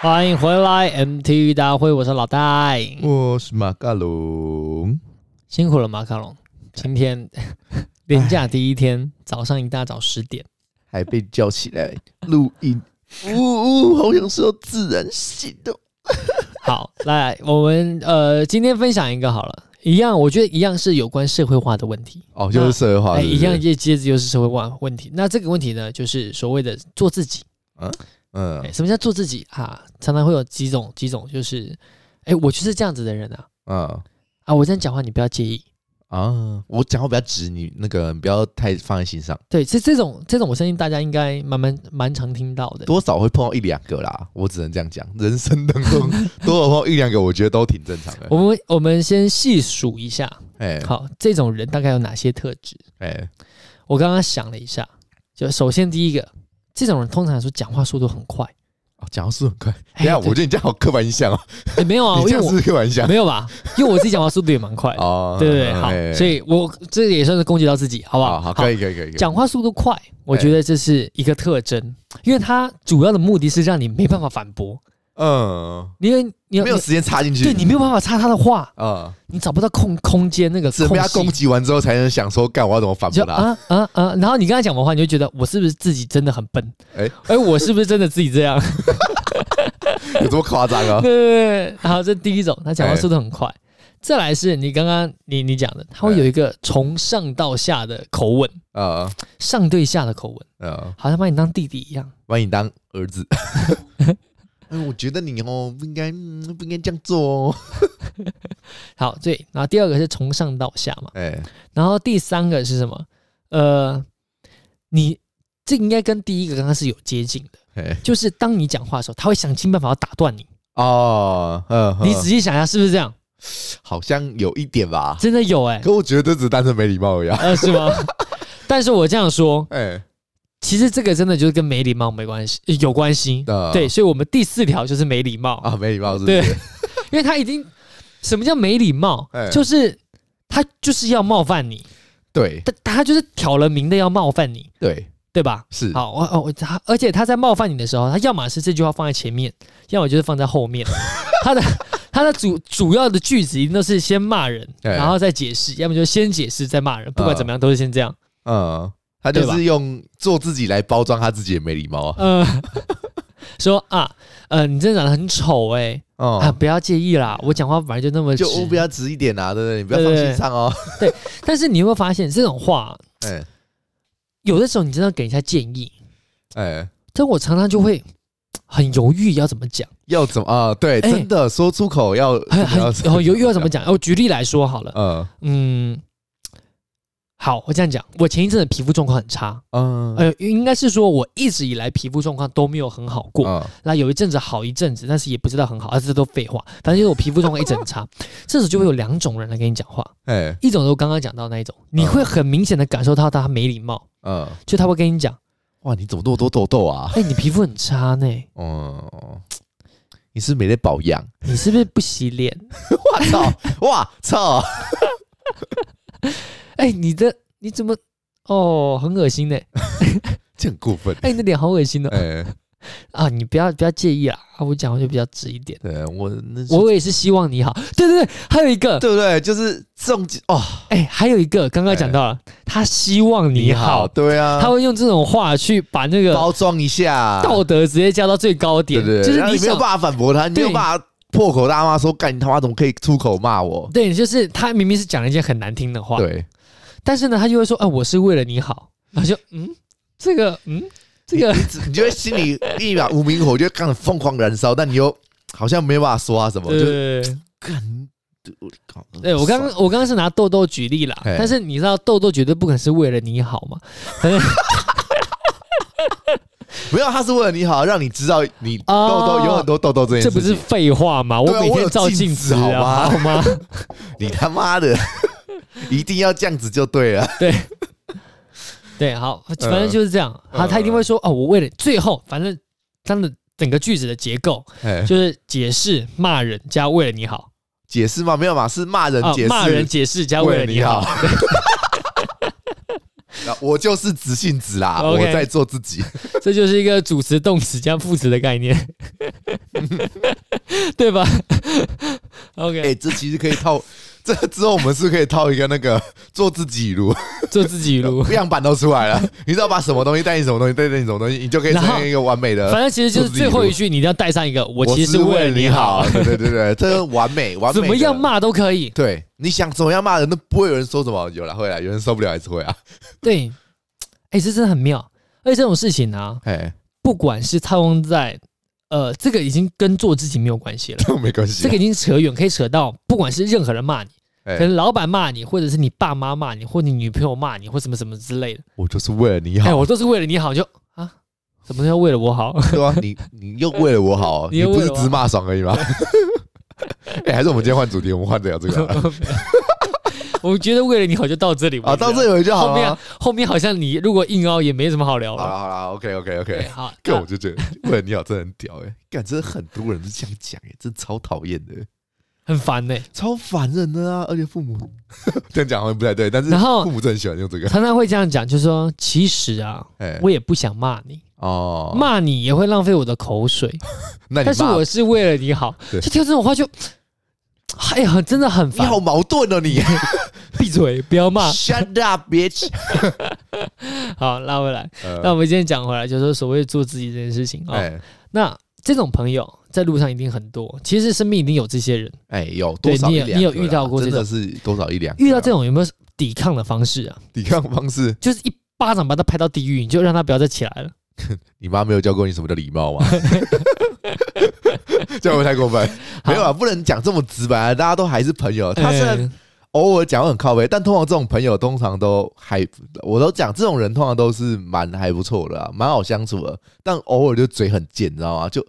欢迎回来，MTV 大会，我是老戴，我是马嘎龙，辛苦了马卡龙。今天 连假第一天，早上一大早十点，还被叫起来录音，呜、呜，好想说自然醒哦。好，来我们呃今天分享一个好了，一样，我觉得一样是有关社会化的问题。哦，就是社会化哎，是不是一样接接着又是社会化问题。那这个问题呢，就是所谓的做自己。哎，嗯什么叫做自己啊？常常会有几种几种，就是哎，我就是这样子的人啊啊啊，我这样讲话你不要介意。啊！我讲话比较直，你那个不要太放在心上，对，这这种这种，我相信大家应该蛮蛮蛮常听到的。多少会碰到一两个啦。我只能这样讲，人生当 中多少碰到一两个，我觉得都挺正常的我。们我们先细数一下，哎好，这种人大概有哪些特质？哎我刚刚想了一下，就首先第一个，这种人通常来说讲话速度很快。哦，讲话速度很快。哎等一下，对我觉得你这样好刻板印象哦，哎没有啊， 你因这为样我是刻板印象没有吧，因为我自己讲话速度也蛮快的。 哦哎对对对，好，所以我这也算是攻击到自己，好不好？好好可以可以可以，可以讲话速度快，我哎觉得这是一个特征，因为它主要的目的是让你没办法反驳，嗯，因为你没有时间插进去，对你没有办法插他的话，啊，你找不到空空间那个只能空被他攻隙，击完之后才能想说，干我要怎么反你就驳他？啊啊啊！然后你跟他讲完话，你就觉得我是不是自己真的很笨？哎哎哎，我是不是真的自己这样？有这么夸张啊对？对对， 好，这第一种，他讲话速度很快。再来是你刚刚你你讲的，他会有一个从上到下的口吻，啊上对下的口吻，啊，好像把你当弟弟一样。把你当儿 子。嗯，我觉得你哦不应该，嗯不应该这样做哦。好，对，然后第二个是从上到下嘛，哎，然后第三个是什么？呃，你这应该跟第一个刚刚是有接近的，哎，就是当你讲话的时候，他会想尽办法要打断你。哦，嗯，你嗯仔细想一下，是不是这样？好像有一点吧， 真的有哎、可我觉得这只是单纯没礼貌一样。 呃，是吗？但是我这样说，哎，其实这个真的就是跟没礼貌没关系，呃有关系。啊对，所以我们第四条就是没礼貌，啊，没礼貌是不对是？因为他已经什么叫没礼貌，哎就是他就是要冒犯你，对他他就是挑了明的要冒犯你，对对吧？是，好，我哦，我他，而且他在冒犯你的时候，他要么是这句话放在前面，要么就是放在后 面。他的他的主主要的句子一定都是先骂人，对然后再解释，要么就先解释再骂人，不管啊怎么样都是先这样。嗯，他就对吧是用做自己来包装他自己的没礼貌啊。呃，说啊，呃，你真的长得很丑哎、啊，哦，不要介意啦，我讲话本来就那么直就。我比较直一点啊，对不对？你不要放对对心上哦。但是你会发现这种话，哎有的时候你真的给人家建议，哎，但我常常就会很犹豫要怎么讲，要怎么啊？对，哎真的说出口要很很要很犹豫要怎么讲。哦，举例来说好了。 嗯嗯，好，我这样讲，我前一阵的皮肤状况很差，嗯呃，应该是说我一直以来皮肤状况都没有很好过，嗯那有一阵子好一阵子，但是也不知道很好，啊，这都废话，反正就是我皮肤状况一直很 差，这时候就会有两种人来跟你讲话，哎一种就是我刚刚讲到那一种，你会很明显的感受到他没礼貌，嗯，就他会跟你讲，哇，你怎么那么多痘痘啊？哎、你皮肤很差呢，嗯，你是没在 保养？你是不是不洗脸？我操！哇操！哎、你的你怎么？哦，很恶心呢！这很过分。哎、你的脸好恶心哦！哎，啊，你不要不要介意啦，啊，我讲话就比较直一点。对我那是我也是希望你好。对对对，还有一个，嗯对不对？就是重疾哦，哎、还有一个，刚刚讲到了，他希望你好，对啊，他会用这种话去把那个包装一下，道德直接加到最高点，对啊对，对就是让你没有想。办法反驳他，你没有对办法破口大骂说，干你他妈怎么可以出口骂我？对，就是他明明是讲了一件很难听的话，对，但是呢，他就会说：“哎、我是为了你好。”然后就嗯，这个嗯，这个你只你就会心里一把无名火就开始疯狂燃烧，但你又好像没办法说啊什么，对就是对对干，我靠，对，我刚刚我刚刚是拿豆豆举例啦，哎但是你知道豆豆绝对不可能是为了你好嘛， 没有，他是为了你好，让你知道你哦痘痘有很多痘痘这这件不事 是情，废话嘛？对啊每我天有照镜镜子子好啊，吗好 吗？你他妈的一定要这样子就对 了，对，好，反呃正就是这样。他、他一定会说哦，我为了最后，反正他的整个句子的结 构哎就是解释、骂人加为了你好解释嘛，没有嘛，是骂人啊解，释，骂人解释加为了你 好。。啊我就是直性子啦，啊 OK 我在做自己。这就是一个主词、动词加副词的概念。 对吧 哎、 ？OK，这其实可以套，这之后我们是可以套一个那个做自己如做自己录。 样板都出 来了，你只要把什么东西带进什么东西，带进什么东西，你就可以呈现一个完美的。反正其实就是最后一句，你一定要带上一个“我其实呃是是为了了你好好”，对对对对，这是完美完美。怎么样？骂都可以。对，你想怎么样骂人，都不会有人说什么。有了会了，有人受不了还是会啊。对，哎、这真的很妙。而且这种事情啊，哎，不管是套用在呃，这个已经跟做自己没有关系 了， 这没关系这啊。个已经扯远，可以扯到不管是任何人骂你，可哎，能老板骂你，或者是你爸妈骂你，或你女朋友骂你，或什么什么之类的。我就是为了你哎、好，我都是为了你好，就啊，什么叫为了我好？ 对吧？你你又为了我好，你你又不为是了我只骂爽而已吗？ 哎，还是我们今天换主题，我们换得了这 个啊我觉得为了你好就到这里吧。啊，啊到这里就好后面啊了。后面好像你如果硬凹也没什么好聊好了了。好了，OK OK 对， OK。好，干，哎那我就觉得为了你好真的很屌哎，干，真的很多人是这样讲哎，真的超讨厌的。很烦 呢、超烦人的啊！而且父母 这样讲好像不太对，但是然后父母真的很喜欢用这个。常常会这样讲，就是说，其实啊，哎，我也不想骂你，哦，骂你也会浪费我的口水，那你但是骂我是为了你好。对就听到这种话就，哎呀，真的很你烦好。矛盾哦，你闭嘴， 不要 骂。 Shut up, bitch！好，拉回来。呃那我们今天讲回来，就是说所谓做自己这件事情啊、哎那这种朋友在路上一定很多，其实身边一定有这些人。哎，有多少对你一有两个啦？你有遇到过这真种的是多少一两个啦？遇到这种有没有抵抗的方式啊？抵抗方式，就是一巴掌把他拍到地狱，你就让他不要再起来了。你妈没有教过你什么叫礼貌 吗？这样会不会太过分？没有啊，不能讲这么直白啊，大家都还是朋友。他虽然嗯偶尔讲会很靠背，但通常这种朋友通常都还，我都讲这种人通常都是蛮还不错的、啊，蛮好相处的，但偶尔就嘴很贱，你知道吗？就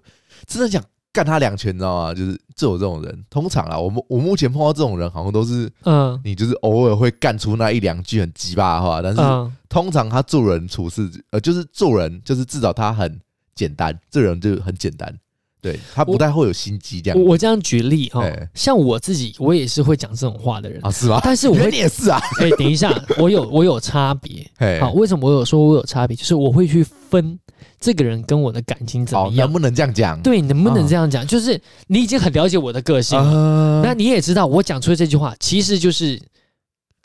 真的想干他两拳，你知道吗？就是就有这种人，通常啊，我目我目前碰到这种人，好像都是嗯你就是偶尔会干出那一两句很鸡巴的话，但是嗯，通常他做人处事，呃，就是做人就是至少他很简单，这人就很简单，对他不太会有心机这我样我这样举例哈、哎像我自己，我也是会讲这种话的人，啊，是吗？但是我原来会你也是啊，哎、等一下，我有我有差别。嘿好，为什么我有说我有差别？就是我会去分这个人跟我的感情怎好，么能样。不能这样讲？对，能不能啊这样讲？就是你已经很了解我的个性了，啊那你也知道我讲出这句话其实就是。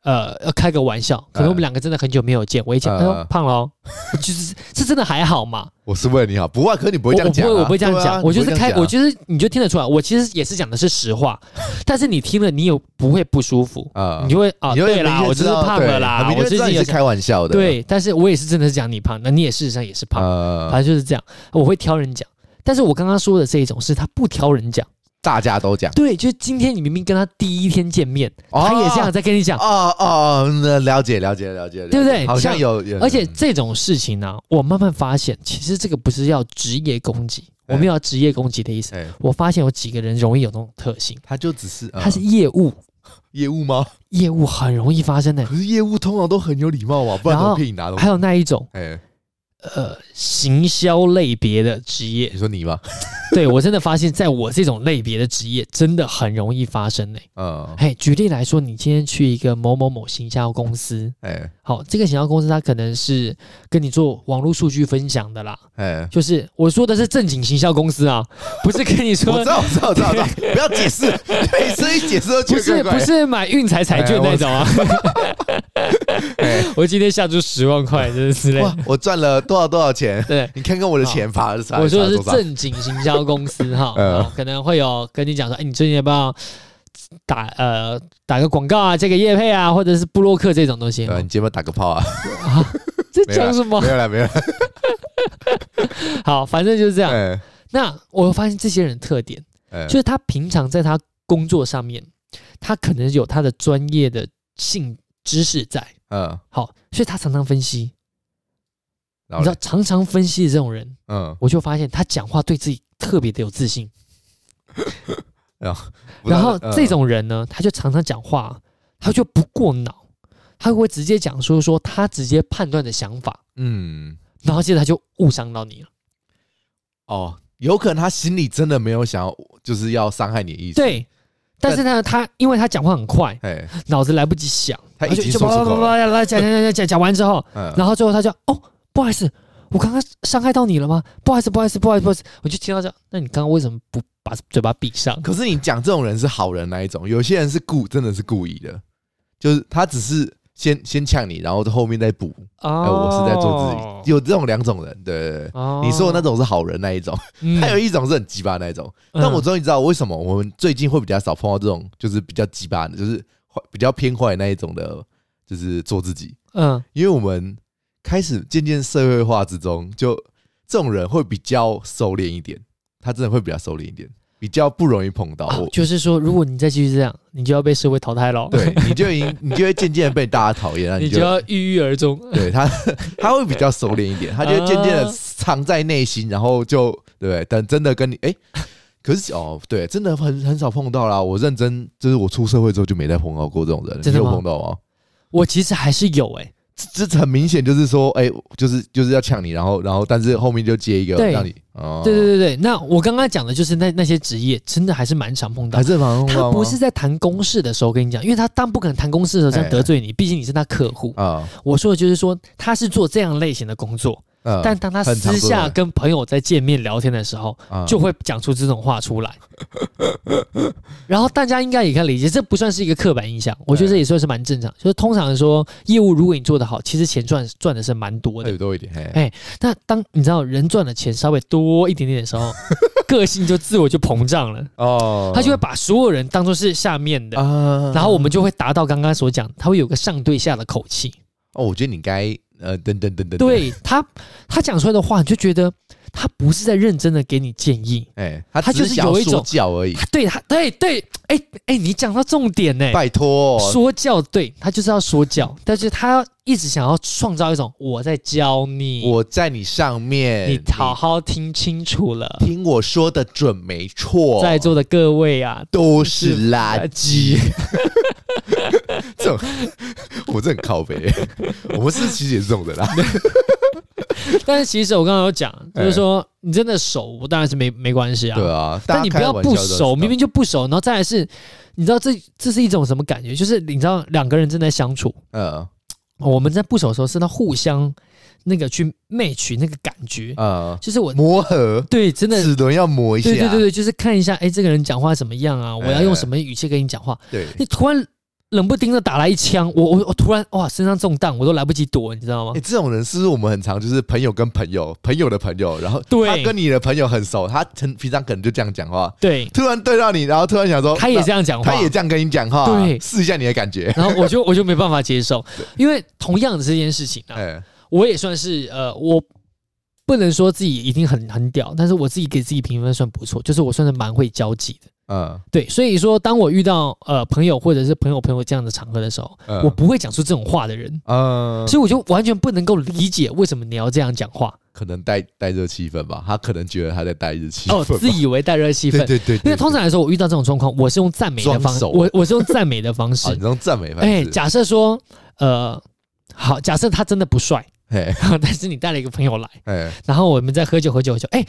呃，要开个玩笑，可能我们两个真的很久没有见，我一见，嗯哎呦嗯，胖了哦， 就是这真的还好嘛？我是为了你好，不过可是你不我会这样讲啊、我不会，我不会这样对啊讲，我就是开，我你不会这样讲就是你就听得出来，我其实也是讲的是实话， 但是你听了，你有不会不舒服，啊你就会啊，你就会对啦，明我就确知是道胖了啦，对很明我确知最道近你也是开玩笑的，对，但是我也是真的是讲你胖，那你也事实上也是胖，呃，反正就是这样。我会挑人讲，但是我刚刚说的这一种是他不挑人讲，大家都讲，对，就是今天你明明跟他第一天见面，哦他也这样在跟你讲，哦哦，那了解了解了解，了解对不对好像像有，有嗯而且这种事情呢、我慢慢发现，其实这个不是要职业攻击，哎我没有要职业攻击的意思。哎，我发现有几个人容易有那种特性，他就只是、呃他是业务，业务吗？业务很容易发生的。可是业务通常都很有礼貌嘛，啊不然然怎后么骗你拿东西还？有那一种哎，呃行销类别的职业你，说你吗？对我真的发现，在我这种类别的职业，真的很容易发生呢、嗯，嘿，举例来说，你今天去一个某某某行销公司，哎好，这个行销公司它可能是跟你做网络数据分享的啦，哎，就是我说的是正经行销公司啊， 不是跟你我说知，道，我知道，我知道，我知道不要解释，每次一解释都不觉是得怪怪不的，是买运财彩券那种啊。哎 我今天下注十万块，真是之类的。哇，我赚了多少多少钱？对，你看看我的钱罚了啥？啊我说罚的了是多少正经行销公司哈， 嗯然后可能会有跟你讲说，哎、你最近要不要打呃打个广告啊，接个业配啊，或者是布洛克这种东西？对啊，你今天打个炮啊？ 这没有啦讲什么没？有了，没有了。 好，反正就是这样。哎那我发现这些人的特点，哎就是他平常在他工作上面，他可能有他的专业的性知识在，嗯，好，所以他常常分析。你然后知道呢常常分析的这种人，嗯，我就发现他讲话对自己特别的有自信。不知然道后嗯这种人呢，他就常常讲话，他就不过脑，他会直接讲说说他直接判断的想法，嗯然后接着他就误伤到你了。哦，有可能他心里真的没有想要，就是要伤害你的意思。，对，但是呢，他因为他讲话很快，哎，脑子来不及想，他已经就说出叭叭口了叭叭叭叭讲讲讲讲讲完之后，嗯，然后最后他就哦，不好意思，我刚刚伤害到你了吗？不好意思，不好意思，不好意思，不好意思。”我就听到这样，那你刚刚为什么不把嘴巴闭上？可是你讲这种人是好人那一种，有些人是故真的是故意的，就是他只是先先呛你，然后后面再补。哦，哎、我是在做自己，有这种两种人，对对对。哦你说的那种是好人那一种，嗯，还有一种是很鸡巴那一种。但我终于知道为什么我们最近会比较少碰到这种，就是比较鸡巴的，就是坏比较偏坏那一种的，就是做自己。嗯因为我们开始渐渐社会化之中，就这种人会比较收敛一点，他真的会比较收敛一点，比较不容易碰到啊哦我。就是说，如果你再继续这样，你就要被社会淘汰了。对，你就已经你就会渐渐地被大家讨厌了，你你就就要郁郁而终。 对他他会比较收敛一点，他就啊会渐渐的藏在内心，然后就对不对？等真的跟你哎、可是哦，对，真的很很少碰到啦。我认真，就是我出社会之后就没再碰到过这种人，真你的有吗碰到吗？我其实还是有哎、这这很明显就是说，哎、就是就是要呛你，然后然后但是后面就接一个对让你，哦，对对对对，那我刚刚讲的就是那那些职业，真的还是蛮常碰到还。是蛮他不是在谈公事的时候跟你讲，因为他当然不可能谈公事的时候这样得罪你，毕竟你是他客户。哎啊，我说的就是说，他是做这样类型的工作，嗯但当他很常私做下的跟朋友在见面聊天的时候，啊就会讲出这种话出来。 然后大家应该也可以理解，这不算是一个刻板印象，我觉得这也算是蛮正常。就是通常说，业务如果你做得好，其实钱赚赚的是蛮多的会。多一点，嘿哎那当你知道人赚的钱稍微多一点点的 时候，个性就自我就膨胀了，哦，他就会把所有人当做是下面的，啊然后我们就会达到刚刚所讲，他会有个上对下的口气。哦，我觉得你该呃，等等等等，等，对他，他讲出来的话，你就觉得他不是在认真的给你建议，哎，他他只就是想要有一说种教而已，他对他对对，哎哎，你讲到重点呢、拜托，说教，对他就是要说教，但是他一直想要创造一种我在教你，我在你上面，你好好听清楚了，听我说的准没错，在座的各位啊，都 是垃圾。这种，我这很靠 背，我们是其实也是这种的啊啦。但是其实我刚刚有讲，就是 说你真的熟，我当然是没没关系啊。对啊，但大家你不开要玩笑不都知道熟，明明就不熟，然后再来是，你知道这这是一种什么感觉？就是你知道两个人正在相处，嗯我们在不熟的时候是他互相那个去 match 那个感觉，嗯，就是我磨合对真的齿轮要磨一下，对对对对，就是看一下，哎，这个人讲话怎么样啊？我要用哎什么语气跟你讲话？对你突然冷不丁的打来一枪，我我我突然哇身上中弹，我都来不及躲，你知道吗哎、？这种人是不是我们很常就是朋友跟朋友，朋友的朋友，然后对他跟你的朋友很熟，他很平常可能就这样讲话，对，突然对到你，然后突然想说，他也哦那这样讲话，他也这样跟你讲话，对试一下你的感觉，然后我就 我就没办法接受，因为同样的这件事情啊，哎、我也算是呃，我不能说自己一定很很屌，但是我自己给自己评分算不错，就是我算是蛮会交际的。嗯对，所以说当我遇到呃朋友或者是朋友朋友这样的场合的时候，嗯，我不会讲出这种话的人，嗯，所以我就完全不能够理解为什么你要这样讲话可能带带热气氛吧，他可能觉得他在带热气氛哦，吧，自 以为带热气对氛。对对对，因为通常来说，我遇到这种状况，我是用赞 美的装方式，熟我我是用赞美的方啊，你式这。种赞美方哎、式，假设说，呃，好，假设他真的不帅， 哎但是你带了一个朋友来。哎然后我们在喝酒喝酒喝酒，哎、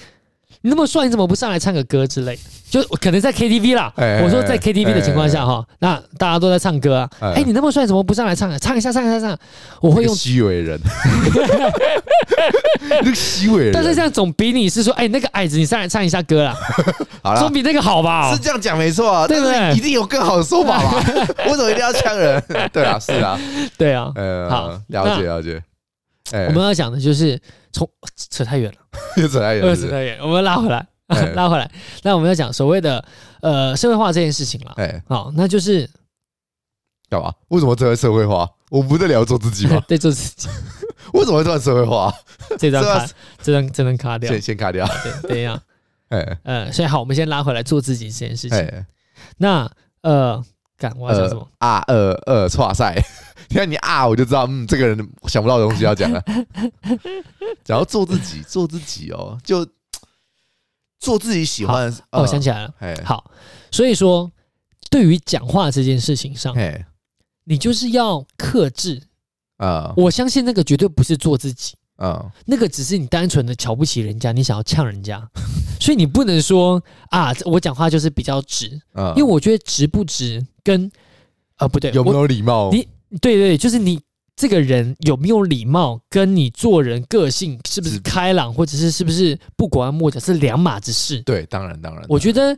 你那么帅，你怎么不上来唱个歌之类的？就可能在 KTV 啦，哎我说在 KTV 的情况下哈，那大家都在唱歌啊，哎哎、你那么帅，怎么不上来唱啊？唱一下，唱一下，唱一下。我我会用，虚 伪人，那个虚伪人，但是这样总比你是说，哎、那个矮子，你上来唱一下歌啦，好了总。比那个好吧？是这样讲没错啊，哦对但不对是一定有更好的说法 吧？为什么一定要呛人？对啊，是啊，对啊，呃，好了那解了解。哎我们要讲的就是从扯太远了，又扯太远了呃是扯不是，太远，我们拉回来哎， 拉回来。那我们要讲所谓的呃社会化这件事情了。哎，好，那 就是干嘛？为什么这会社会化？我们不得聊做自 己吗哦？对，就是为什么会突然社会化？这张这卡，这张这张卡掉，先先卡掉。对，等一下。哎呃，所以好，我们先拉回来做自己这件事情。哎，那呃，干我要讲什么呃？啊呃呃，哇塞！ 你看你啊，我就知道，嗯，这个人想不到的东西 要讲了。然后做自己，做自己哦，就做自己喜欢的。哦，我想起来了。来，哎好，所以说对于讲话这件事情上，哎你就是要克制。啊我相信那个绝对不是做自己，啊那个只是你单纯的瞧不起人家，你想要呛人家， 所以你不能说啊，这我讲话就是比较直，啊因为我觉得直不直跟呃不对，有没我有礼貌？你对对，就是你这个人有没有礼貌，跟你做人个性是不是是开朗，或者是是不是不拐弯抹角，是两码子事。对，当然当然，我觉得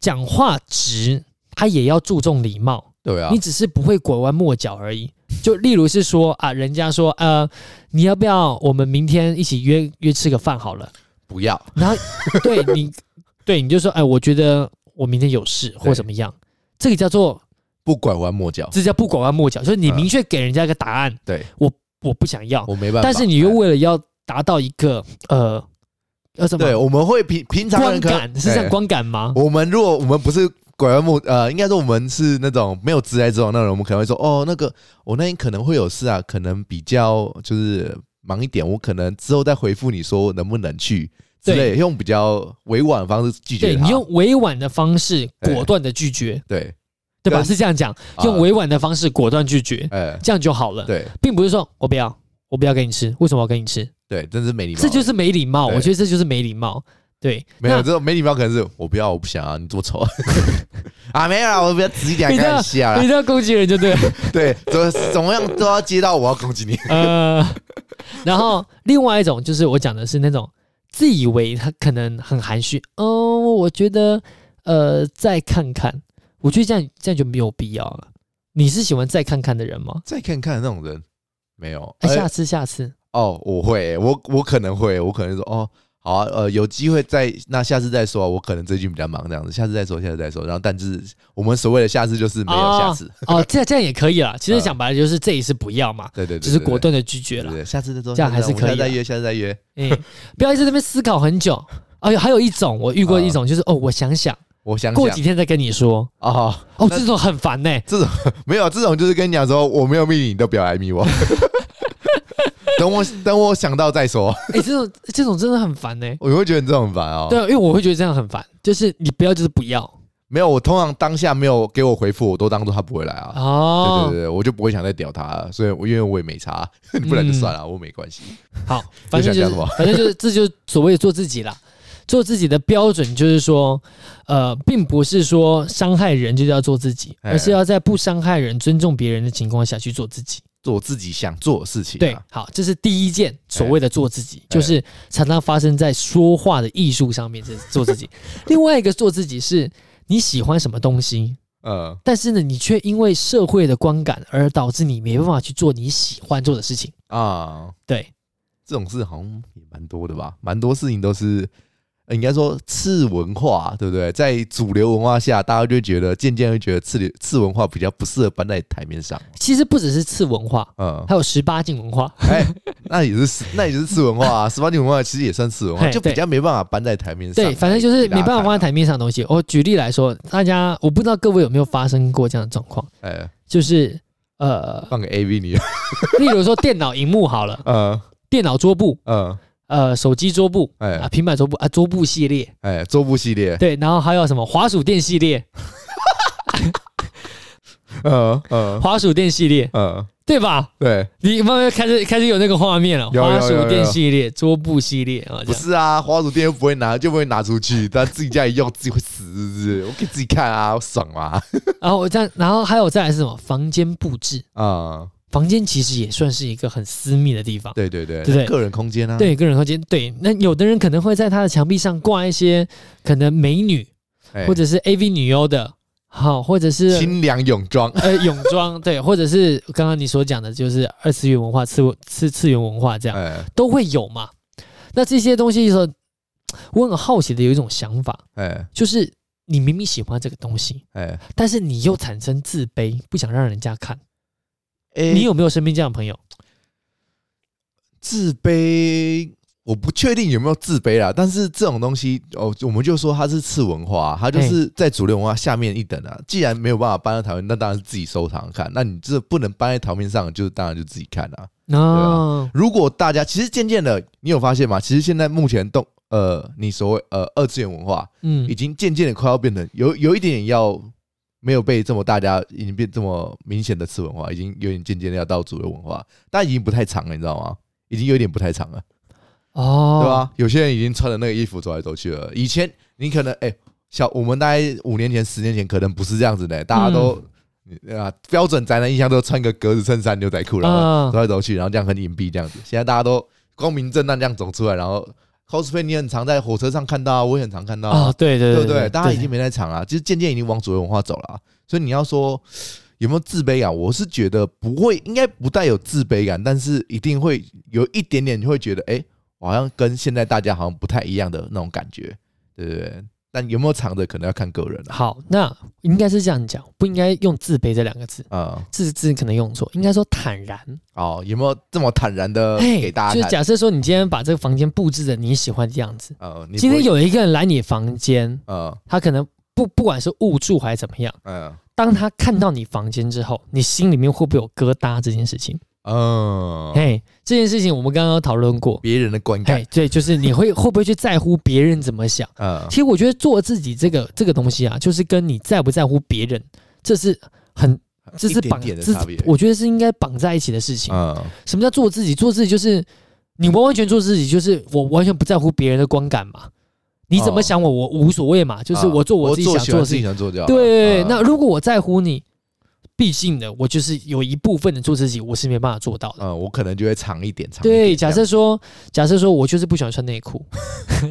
讲话直，他也要注重礼貌。对啊你，只是不会拐弯抹角而已。就例如是说啊，人家说呃，你要不要我们明天一起约约吃个饭好了？不要然后对你， 对你就说哎、我觉得我明天有事或怎么样，这个叫做不拐弯抹角，这叫不拐弯抹角，就是你明确给人家一个答案，对我我不想要，我嗯没办法。但是你又为了要达到一个呃呃什么对，我们会平平常观人可能感是这样对观感 吗？我们如果我们不是拐弯抹呃，应该说我们是那种没有直来直往那种人，我们可能会说哦，那个我那天可能会有事啊，可能比较就是忙一点，我可能之后再回复你说能不能去之类，用比较委婉的方式拒绝对他。你用委婉的方式果断的拒绝，对，对吧？跟是这样讲，啊用委婉的方式果断拒绝，呃，这样就好了，对并不是说我不要，我不要给你吃，为什么我要给你吃？对，真是没礼貌。这就是没礼貌，对我觉得这就是没礼貌。对，没有那这种没礼貌，可能是我不要，我不想啊，你这 么丑啊，没有啦，我比较直一点，你这开样玩笑啦你。这样攻击人就对了。对，怎怎么样都要接到我要攻击你。 呃，然后另外一种就是我讲的是那种自以为他可能很含蓄，哦，我觉得呃再看看，我觉得这样这样就没有必要了。你是喜欢再看看的人吗？再看看那种人，没有。哎，哎下次下次，哦，我会欸，我我可能会，我可能说哦，好啊，呃，有机会再那下次再说啊，我可能最近比较忙这样子，下次再说，下次再说。然后，但是我们所谓的下次就是没有下次，哦，这样这样也可以 啦。其实讲白了就是这一次不要嘛，对对对就是果断的拒绝对了啊对。对，下次再说，这样下次还是再说可以我们下次再的约，下次再约。哎、不要一直在那边思考很久。哎呦，还有一种我遇过一种，就是哦，我想想，我啊想过想几天再跟你说。哦，哦，那这种很烦呢、没有这种就是跟你讲说我没有密你，你都不要来密我。 等我等我想到再说，哎、这种这种真的很烦呢、我会觉得你这种很烦哦。对，，因啊为我会觉得这样很烦，就是你不要就是不要没有，我通常当下没有给我回复，我都当做他不会来啊。哦。对对对，我就不会想再屌他了，所以我因为我也没差， 嗯不然就算了，我没关系。哦好，反正就又想讲是什么 反正就是这就是所谓的做自己啦。做自己的标准就是说，呃，并不是说伤害人就叫做自己，哎而是要在不伤害人、尊重别人的情况下去做自己。做自己想做的事情、啊对，，好，这是第一件所谓的做自己，就对是常常发生在说话的艺术上面，这是做 自己。另外一个做自己是你喜欢什么东西，嗯，但是呢，你却因为社会的观感而导致你没办法去做你喜欢做的事情。啊，对，这种事好像也蛮多的吧，蛮多事情都是。呃应该说次文化对不对？在主流文化下，大家就会觉得渐渐会觉得次流次文化比较不适合搬在台面上。其实不只是次文化， 嗯，还有十八禁文化。哎，那也是那也是次文化啊，十八禁文化其实也算次文化，嘿就比较没办法搬在台面上。对，反正就是给大没家办法看放在啊。台面上的东西。我举例来说，大家我不知道各位有没有发生过这样的状况，哎，就是呃， 放个 A V 你， 例如说电脑荧幕好了，嗯电脑桌布，嗯，呃，手机桌布，哎啊，平板桌布啊，桌布系列，哎，桌布系列，对，然后还有什么滑鼠垫系列， 嗯嗯滑鼠垫系列，嗯，对吧？对，你慢慢开始开始有那个画面了，有有有滑鼠垫系列、桌布系列啊，这不样。是啊，花鼠店又不会拿，就不会拿出去，但自己家里用自己会死，是不是？我给自己看啊，我爽 啊！然后我这样，然后还有再来是什么？房间布置，啊、房间其实也算是一个很私密的地方。对对对，对对个人空间啊，对，个人空间，对，那有的人可能会在他的墙壁上挂一些可能美女哎，或者是 AV 女优的，好，或者是清凉泳装，呃泳装，对，或者是刚刚你所讲的，就是二次元文化、次文次次元文化这样哎都会有嘛。那这些东西的时候，我很好奇的有一种想法，哎就是你明明喜欢这个东西，哎，但是你又产生自卑，不想让人家看。哎你有没有身边这样的朋友？自卑？我不确定有没有自卑啦，但是这种东西哦，我们就说它是次文化、它就是在主流文化下面一等啊。既然没有办法搬到台面，那当然是自己收藏看。那你这不能搬在台面上，就是当然就自己看啊。哦，如果大家其实渐渐的，你有发现吗？其实现在目前动呃，你所谓呃二次元文化，已嗯，经渐渐的快要变成有有一点点要没有被这么大家已经变这么明显的次文化，已经有点渐渐的要到主流文化，但已经不太长了，你知道吗？已经有点不太长了，哦，对？吧？有些人已经穿着那个衣服走来走去了。以前你可能哎、小我们大概五年前、十年前可能不是这样子的、大家都。嗯你啊，标准宅男印象都穿个格子衬衫、牛仔裤，然后啊走来走去，然后这样很隐蔽这样子。现在大家都光明正大这样走出来，然后 cosplay 你很常在火车上看到啊，我也很常看到啊啊，对对对对不对？大家已经没在场了，其实渐渐已经往主流文化走了啊。所以你要说有没有自卑感，我是觉得不会，应该不带有自卑感，但是一定会有一点点，你会觉得，哎、我好像跟现在大家好像不太一样的那种感觉，对不对？但有没有藏着，可能要看个人啊了、好，那应该是这样讲，不应该用自卑这两个字，啊。嗯，这字可能用错，应该说坦然。哦，有没有这么坦然的嘿呃给就大家是看？假设说你今天把这个房间布置的你喜欢的样子，呃，你今天不会，有一个人来你房间，呃，他可能不不管是误住还是怎么样，嗯当他看到你房间之后，你心里面会不会有疙瘩？这件事情，嗯，嘿，这件事情我们刚刚有讨论过，别人的观感嘿，，对，就是你会会不会去在乎别人怎么想？嗯其实我觉得做自己这个这个东西啊，就是跟你在不在乎别人，这是很这是一点绑点的这差别是我觉得是应该绑在一起的事情。嗯，什么叫做自己？做自己就是你完完全做自己，就是我完全不在乎别人的观感嘛。你怎么哦想我，我无所谓嘛，就是嗯我做我自己做想喜做欢的自事己情。想做就好了。对，嗯那如果我在乎你，毕竟的，我就是有一部分的做自己，我是没办法做到的。嗯，我可能就会长一点，长一点对，这假样设说，假设说我就是不喜欢穿内裤，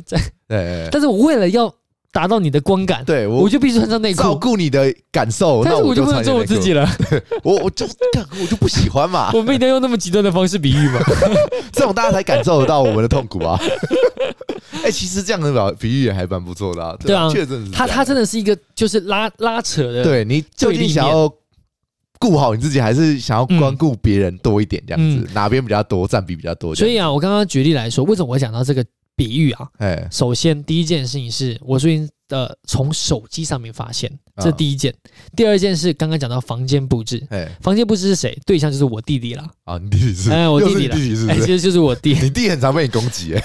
对对但是我为了要达到你的观感，对我我就必须穿上内照裤。顾你的感受，但那是我就不能穿做我自己了， 了，，我我就干我就不喜欢嘛 我们一定要用那么极端的方式比喻嘛？这种大家才感受得到我们的痛苦啊。 哎，其实这样的表比喻也还蛮不错的啊，对啊确实是这他样他真的是一个就是拉拉扯的，对你究竟想要顾好你自己，还是想嗯要关顾别人多一点这样子？哪边比较多，占比比较多？所，以啊，我刚刚举例来说，为什么我会讲到这个比喻啊？哎，首先，第一件事情是我最近呃从手机上面发现，这啊第一件。第二件是刚刚讲到房间布置，哎，房间布置是谁？对象就是我弟弟啦。啊，你弟弟是，哎我又弟弟是你啦弟弟是哎，不其是？。实就是我弟 你弟很常被你攻击，哎，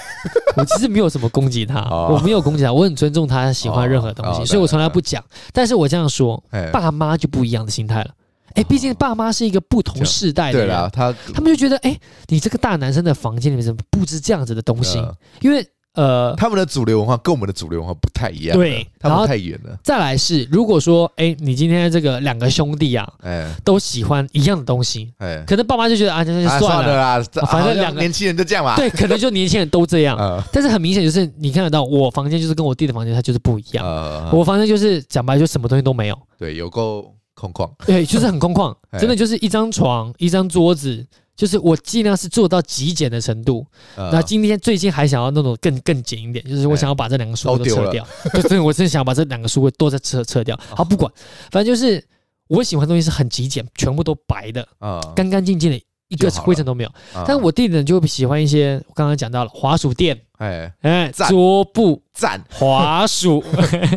我其实没有什么攻击他，哦我没有攻击他，我很尊重他喜欢任何东哦西，哦所以我从来不讲。但是我这样说，哎，爸妈就不一样的心态了。哎，毕竟爸妈是一个不同世代的哦对人啦，，他他们就觉得，哎，你这个大男生的房间里面怎么布置这样子的东西？呃因为呃，他们的主流文化跟我们的主流文化不太一样，对他然后们太远了，再来是，如果说，哎、你今天这个两个兄弟啊，哎都喜欢一样的东西，哎，可能爸妈就觉得啊，那就啊算了，哦啦，这反正好像两个年轻人就这样嘛，对，可能就年轻人都这样。呃，但是很明显就是，你看得到我房间就是跟我弟的房间，它就是不一样。呃，我房间就是讲白，就什么东西都没有， 对有够空旷，对，就是很空旷，哎真的就是一张床，一张桌子。就是我尽量是做到极简的程度，呃哎那、今天最近还想要那种更更简一点，就是我想要把这两个书柜都都丢撤了 掉，就真的我真的想把这两个书柜都再撤撤掉。好，不管，反正就是我喜欢的东西是很极简，全部都白的，呃，干干净净的，一个就好了灰尘都没有。呃但是我弟呢就喜欢一些，我刚刚讲到了滑鼠垫，哎哎，赞桌 布、赞滑鼠，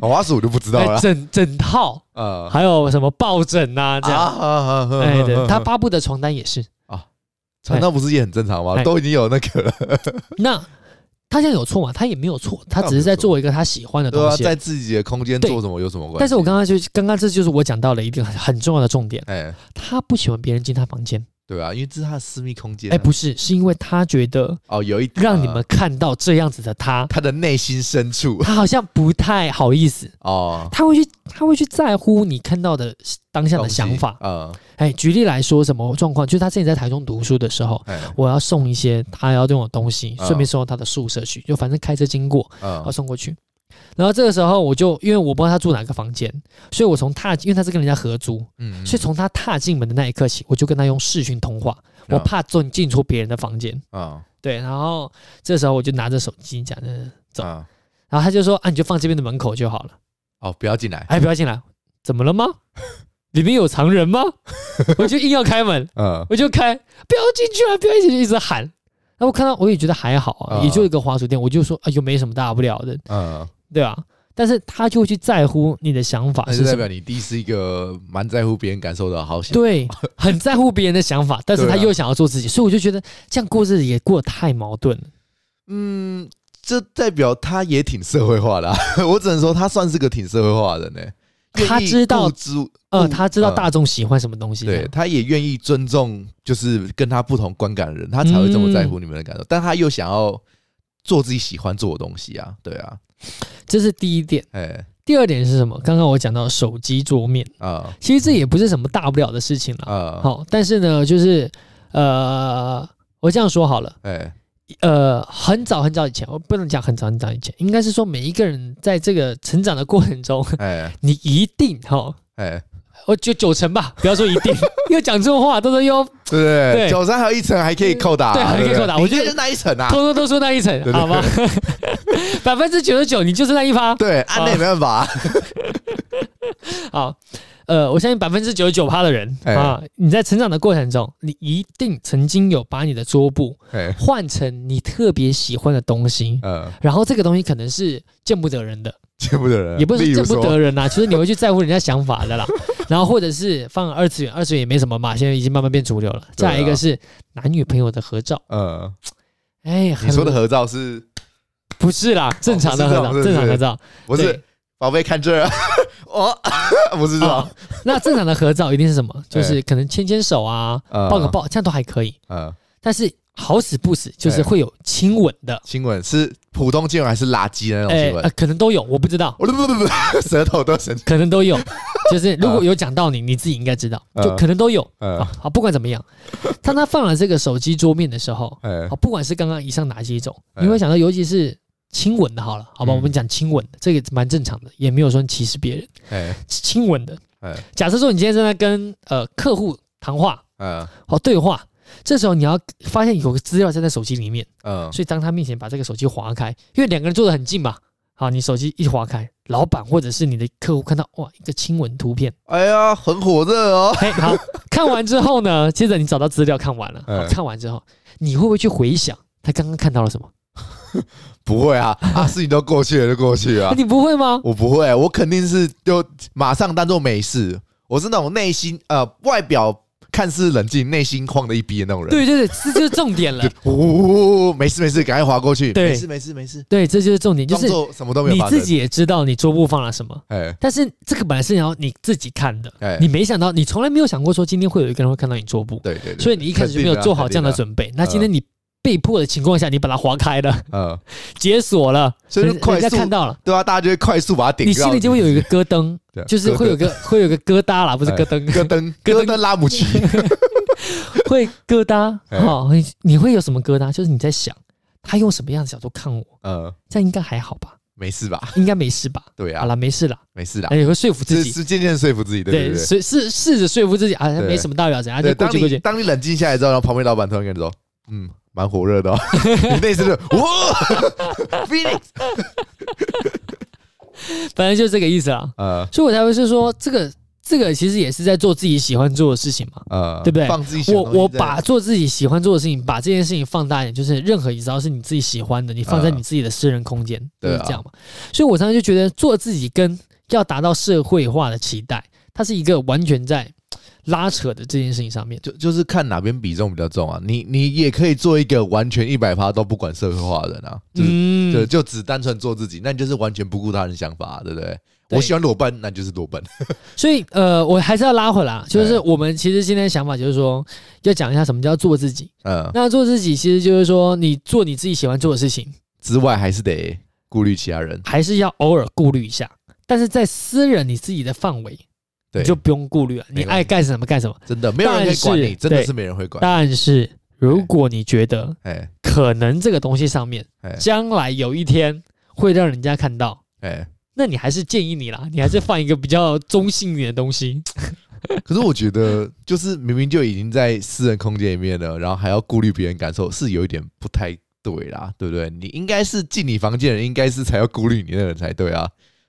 滑鼠我就不知道哎了，整整套，呃，还有什么抱枕呐、这样。啊，哎，对，他他巴布的床单也是。传道不是也很正常吗哎？都已经有那个了，那他现在有错吗？他也没有错，他只是在做一个他喜欢的对东啊，西。在自己的空间做对什么有什么关系？但是我刚刚就刚刚这就是我讲到了一个很很重要的重点，哎，他不喜欢别人进他房间。对啊，因为这是他的私密空间啊，哎，不是，是因为他觉得哦，有一让你呃们看到这样子的 他，他的内心深处他好像不太好意思。哦，他会去，他会去在乎你看到的当下的东西想法。呃，哎，举例来说，什么状况？就是他之前在台中读书的时候，哎，我要送一些他要用的东西，嗯顺便送到他的宿舍去，就反正开车经过，要嗯送过去。然后这个时候，我就因为我不知道他住哪个房间，所以我从踏，因为他是跟人家合租，嗯，所以从他踏进门的那一刻起，我就跟他用视讯通话，我嗯怕进进出别人的房间。啊对，然后这时候我就拿着手机讲，嗯走啊然后他就说啊，你就放这边的门口就好 了。哦，不要进来，哎，不要进来，怎么了吗？ 里面有藏人 吗？我就硬要开门，嗯我就开，不要进去了，啊不要一直一直喊。然后我看到我也觉得还好啊，嗯也就一个滑鼠店，我就说啊，又没什么大不了的，嗯，对吧、但是他就会去在乎你的想法那是就代什么表，你弟是一个蛮在乎别人感受的好小，对，很在乎别人的想法，但是对啊他又想要做自己，所以我就觉得这样过日子也过得太矛盾了。嗯，这代表他也挺社会化的啊、 我只能说他算是个挺社会化的人呢。他愿意知道顾之呃，顾他知道嗯大众喜欢什么东西，对，他也愿意尊重，就是跟他不同观感的人，他才会这么在嗯乎你们的感受，但他又想要做自己喜欢做的东西啊，对啊，这是第一点。哎，第二点是什么？刚刚我讲到手机桌面，啊其实这也不是什么大不了的事情啦。啊，，好，但是呢，就是呃，我这样说好了，哎，呃，很早很早以前，我不能讲很早很早以前，应该是说每一个人在这个成长的过程中，哎，你一定哈，哎，我就九成吧，不要说一定， 又讲错话，都说又对不对？对九三还有一层还可以扣打，对还可以不扣打你我觉得这就那一层啊通。通都说那一层，对对好吗？ 百分之九十九，你就是那一趴。对，按那也没办法。 好，呃，我相信百分之九十九趴的人、哎啊，你在成长的过程中，你一定曾经有把你的桌布哎，换成你特别喜欢的东西。呃，然后这个东西可能是见不得人的，见不得人，啊也不是呃例见如不说得人啦、就是你会去在乎人家想法 的啦。然后或者是放二次元，二次元也没什么嘛，现在已经慢慢变主流了。再来一对啊个是男女朋友的合照，呃，哎，你说的很合照是不是啦，正常的合照，不是这正种常的是不合是照，不对是？宝贝看这儿， 哦，不是这种啊，那正常的合照一定是什 么？就是可能牵牵手啊，呃抱个抱，这样都还可以。呃，但是好死不死，就是对会有亲吻的，亲吻是普通亲吻还是垃圾的那种哎亲、吻呃？可能都有，我不知道，我不不不不， 舌头都伸，可能都 有。就是如啊果有讲到你，你自己应该知道，就嗯可能都有。呃好，，好不管怎么样，当他放了这个手机桌面的时候，哎好，，不管是刚刚以上哪几种，哎你会想到，尤其是亲吻的，好了，好吧，嗯我们讲亲吻的，这个蛮正常的，也没有说你歧视别人。哎，亲吻的哎，假设说你今天正在跟呃客户谈话，呃，好对话，这时候你要发现有个资料在在手机里面，嗯，所以当他面前把这个手机划开，因为两个人坐得很近嘛，好，你手机一划开，老板或者是你的客户看到哇一个亲吻图 片，哎呀，很火热哦，嘿，好看完之后呢，接着你找到资料看完了，好嗯看完之后你会不会去回想他刚刚看到了什么？不会啊，啊，事情都过去了就过去啊啊、，你不会 吗？我不会，我肯定是就马上当做没事，我是那种内心呃外表看似冷静，内心慌的一逼的那种人，对对对，这就是重点了就，。呜呜呜呜，没事没事，赶快划过去，对没事没事没事， 对，这就是重点，就装是作什么都没有你发生，自己也知道你桌布放了什么，哎但是这个本来是要你自己看的，哎，你没想到，你从来没有想过说今天会有一个人会看到你桌布，对对对，所以你一开始就没有做好这样的肯准备。那今嗯天你被迫的情况下，你把它划开了，呃，解锁了，所以就人快人速家看到了，对啊，大家就会快速把它顶你掉，心里就会有一个咯噔， 对就是会有个会有个疙瘩啦，不是哎啊咯噔，咯噔咯噔咯噔拉姆 齐， 会疙瘩。哎好，会你会有什么疙瘩？就是你在想他用什么样的角度看我，呃，这样应该还好吧？没事吧？应该没事吧？对好啊，了，没事了，没事啦，哎，也会说服自是己。是渐渐说服自己，对对对。试试试着说服自己，啊，对没什么大不了，怎样就对，过当去过你去。当你冷静下来之后，然后旁边老板突然跟你说：“嗯，蛮火热 的、哦。”你内心就哇 ，Phoenix，反正就是这个意思啦。呃所以我才会是说，这个这个其实也是在做自己喜欢做的事情嘛。呃，对不对放自己喜欢我的东西我在把做自己喜欢做的事情，把这件事情放大一点，就是任何一招是你自己喜欢的，你放在嗯你自己的私人空间，就对啊是这样嘛。所以我常常就觉得做自己跟要达到社会化的期待，它是一个完全在拉扯的这件事情上面。就就是看哪边比重比较重啊。你你也可以做一个完全一百趴都不管社会化的人啊，就是、嗯对，就只单纯做自己，那你就是完全不顾他人想法、啊对不对？对我喜欢裸奔，那就是裸奔。 所以呃，我还是要拉回来啊，就是对我们其实今天的想法就是说，要讲一下什么叫做自己。嗯，那做自己其实就是说，你做你自己喜欢做的事情，之外还是得顾虑其他人。还是要偶尔顾虑一下。但是在私人你自己的范围，对你就不用顾虑了，你没关系爱干什么干什么。真的没有人可以管但你，是真的对是没人会管。但是如果你觉得哎可能这个东西上面哎将来有一天会让人家看到，哎，那你还是建议你啦，你还是放一个比较中性一点的东西。可是我觉得，就是明明就已经在私人空间里面了，然后还要顾虑别人感受，是有一点不太对啦，对不对？你应该是进你房间的人，应该是才要顾虑你的人才对啊，